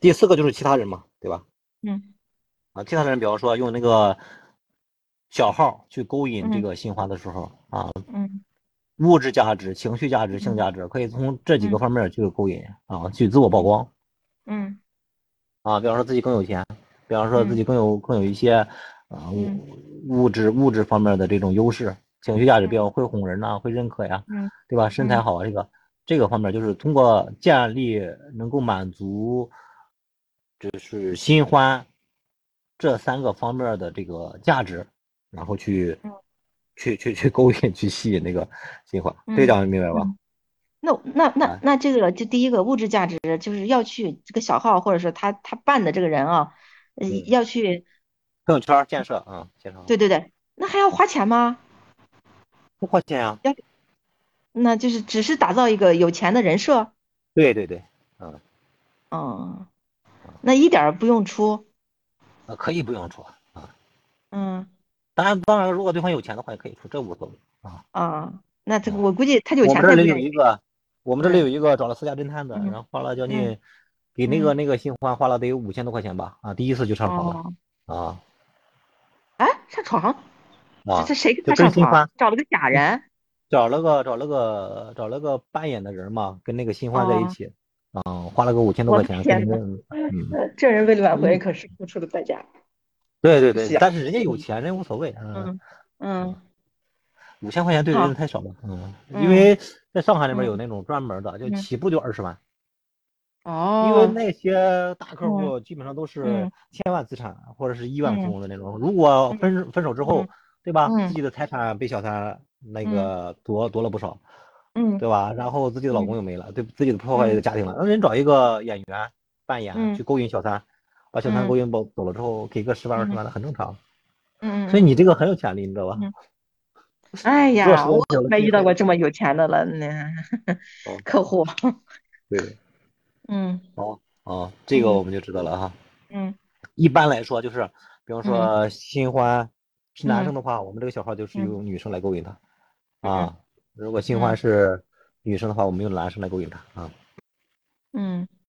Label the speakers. Speaker 1: 第四个就是其他人嘛，对吧？
Speaker 2: 嗯
Speaker 1: 啊，其他人比方说用那个小号去勾引这
Speaker 2: 嗯
Speaker 1: 个新欢的时候、啊，
Speaker 2: 嗯
Speaker 1: 物质价值、情绪价值、性价值，可以从这几个
Speaker 2: 嗯
Speaker 1: 方面去勾引啊，去自我曝光
Speaker 2: 嗯
Speaker 1: 啊。比方说自己更有钱，比方说自
Speaker 2: 嗯
Speaker 1: 己更有更有一些啊物
Speaker 2: 嗯
Speaker 1: 物质物质方面的这种优势，情绪价值比
Speaker 2: 嗯
Speaker 1: 较会哄人呐、会认可呀，
Speaker 2: 嗯
Speaker 1: 对吧？身材
Speaker 2: 嗯
Speaker 1: 好啊，这个这个方面就是通过建立能够满足，就是新欢这三个方面的这个价值，然后去
Speaker 2: 嗯
Speaker 1: 去去去勾引去吸引那个新欢，这
Speaker 2: 嗯
Speaker 1: 讲明白吧？
Speaker 2: 嗯那那那
Speaker 1: 哎
Speaker 2: 那这个就第一个物质价值，就是要去这个小号，或者说他他办的这个人啊，呃
Speaker 1: 嗯
Speaker 2: 要去，
Speaker 1: 朋友圈儿建设啊，建设好
Speaker 2: 对对对，那还要花钱吗？
Speaker 1: 不花钱啊？
Speaker 2: 那就是只是打造一个有钱的人设，
Speaker 1: 对对对，
Speaker 2: 嗯，那一点儿不用出，
Speaker 1: 啊可以不用出啊。
Speaker 2: 嗯
Speaker 1: 当然当然，如果对方有钱的话也可以出，这无所谓啊。
Speaker 2: 啊，那这个
Speaker 1: 嗯
Speaker 2: 我估计他有
Speaker 1: 我
Speaker 2: 钱
Speaker 1: 们
Speaker 2: 他
Speaker 1: 这
Speaker 2: 也不
Speaker 1: 里有
Speaker 2: 愿
Speaker 1: 一
Speaker 2: 意，
Speaker 1: 个，我们这里
Speaker 2: 嗯
Speaker 1: 有一个找了私家侦探的，
Speaker 2: 嗯
Speaker 1: 然后花了将
Speaker 2: 嗯
Speaker 1: 近给那个
Speaker 2: 嗯
Speaker 1: 那个新欢花了得有五千多块钱吧啊，第一次就上床了
Speaker 2: 哦，
Speaker 1: 啊
Speaker 2: 哎，上床，这
Speaker 1: 啊
Speaker 2: 这，谁跟
Speaker 1: 就跟
Speaker 2: 他上
Speaker 1: 新
Speaker 2: 床？
Speaker 1: 欢
Speaker 2: 找了个假人，
Speaker 1: 找了个找了个找了个扮演的人嘛，跟那个新欢在一
Speaker 2: 哦
Speaker 1: 起，嗯，花了个五千多
Speaker 2: 我
Speaker 1: 块
Speaker 2: 的
Speaker 1: 钱，跟
Speaker 2: 天
Speaker 1: 人
Speaker 2: 呐，
Speaker 1: 家嗯，
Speaker 2: 呃 这人为了挽回可是付出了代价，
Speaker 1: 对对
Speaker 2: 是
Speaker 1: 对，
Speaker 2: 呀
Speaker 1: 但是人家有钱，人无所谓，嗯。
Speaker 2: 嗯嗯
Speaker 1: 五千块钱对人
Speaker 2: 好，
Speaker 1: 太少了，嗯，因
Speaker 2: 嗯
Speaker 1: 为在上海那边有
Speaker 2: 嗯
Speaker 1: 那种专门的，就
Speaker 2: 嗯，
Speaker 1: 起步就二十万，因为
Speaker 2: 哦，
Speaker 1: 那些大客
Speaker 2: 嗯
Speaker 1: 户基本上都是
Speaker 2: 嗯
Speaker 1: 千万资产或者是亿万富
Speaker 2: 嗯
Speaker 1: 翁的那种，如果
Speaker 2: 嗯
Speaker 1: 分分手之后，
Speaker 2: 嗯
Speaker 1: 对吧，自
Speaker 2: 嗯
Speaker 1: 己的财产被小三那
Speaker 2: 嗯
Speaker 1: 个夺夺了不少，
Speaker 2: 嗯
Speaker 1: 对吧？然后自己的老公
Speaker 2: 嗯
Speaker 1: 又没了，对自己的破坏
Speaker 2: 嗯
Speaker 1: 家庭了，那人找一个演员扮演去
Speaker 2: 嗯
Speaker 1: 勾引小三，把小三勾
Speaker 2: 嗯
Speaker 1: 引走走了之后，给个十万二十
Speaker 2: 嗯
Speaker 1: 万的很正常，所以
Speaker 2: 嗯
Speaker 1: 你这个很有潜力，你知道吧？
Speaker 2: 嗯，哎
Speaker 1: 如果时
Speaker 2: 呀，
Speaker 1: 间
Speaker 2: 我
Speaker 1: 久
Speaker 2: 可
Speaker 1: 了
Speaker 2: 没
Speaker 1: 就
Speaker 2: 遇到
Speaker 1: 会，
Speaker 2: 过这么有钱的了，那
Speaker 1: 哦，
Speaker 2: 客户，
Speaker 1: 对。
Speaker 2: 嗯
Speaker 1: 哦哦，这个我
Speaker 2: 嗯
Speaker 1: 们就知道了哈。
Speaker 2: 嗯
Speaker 1: 一般来说，就是比方
Speaker 2: 嗯
Speaker 1: 说新欢是男生
Speaker 2: 嗯
Speaker 1: 的话，我们这个小号就是
Speaker 2: 嗯
Speaker 1: 用女生来勾引他
Speaker 2: 嗯
Speaker 1: 啊；如果新欢
Speaker 2: 嗯
Speaker 1: 是女生的话，我们用男生来勾引他啊。
Speaker 2: 嗯，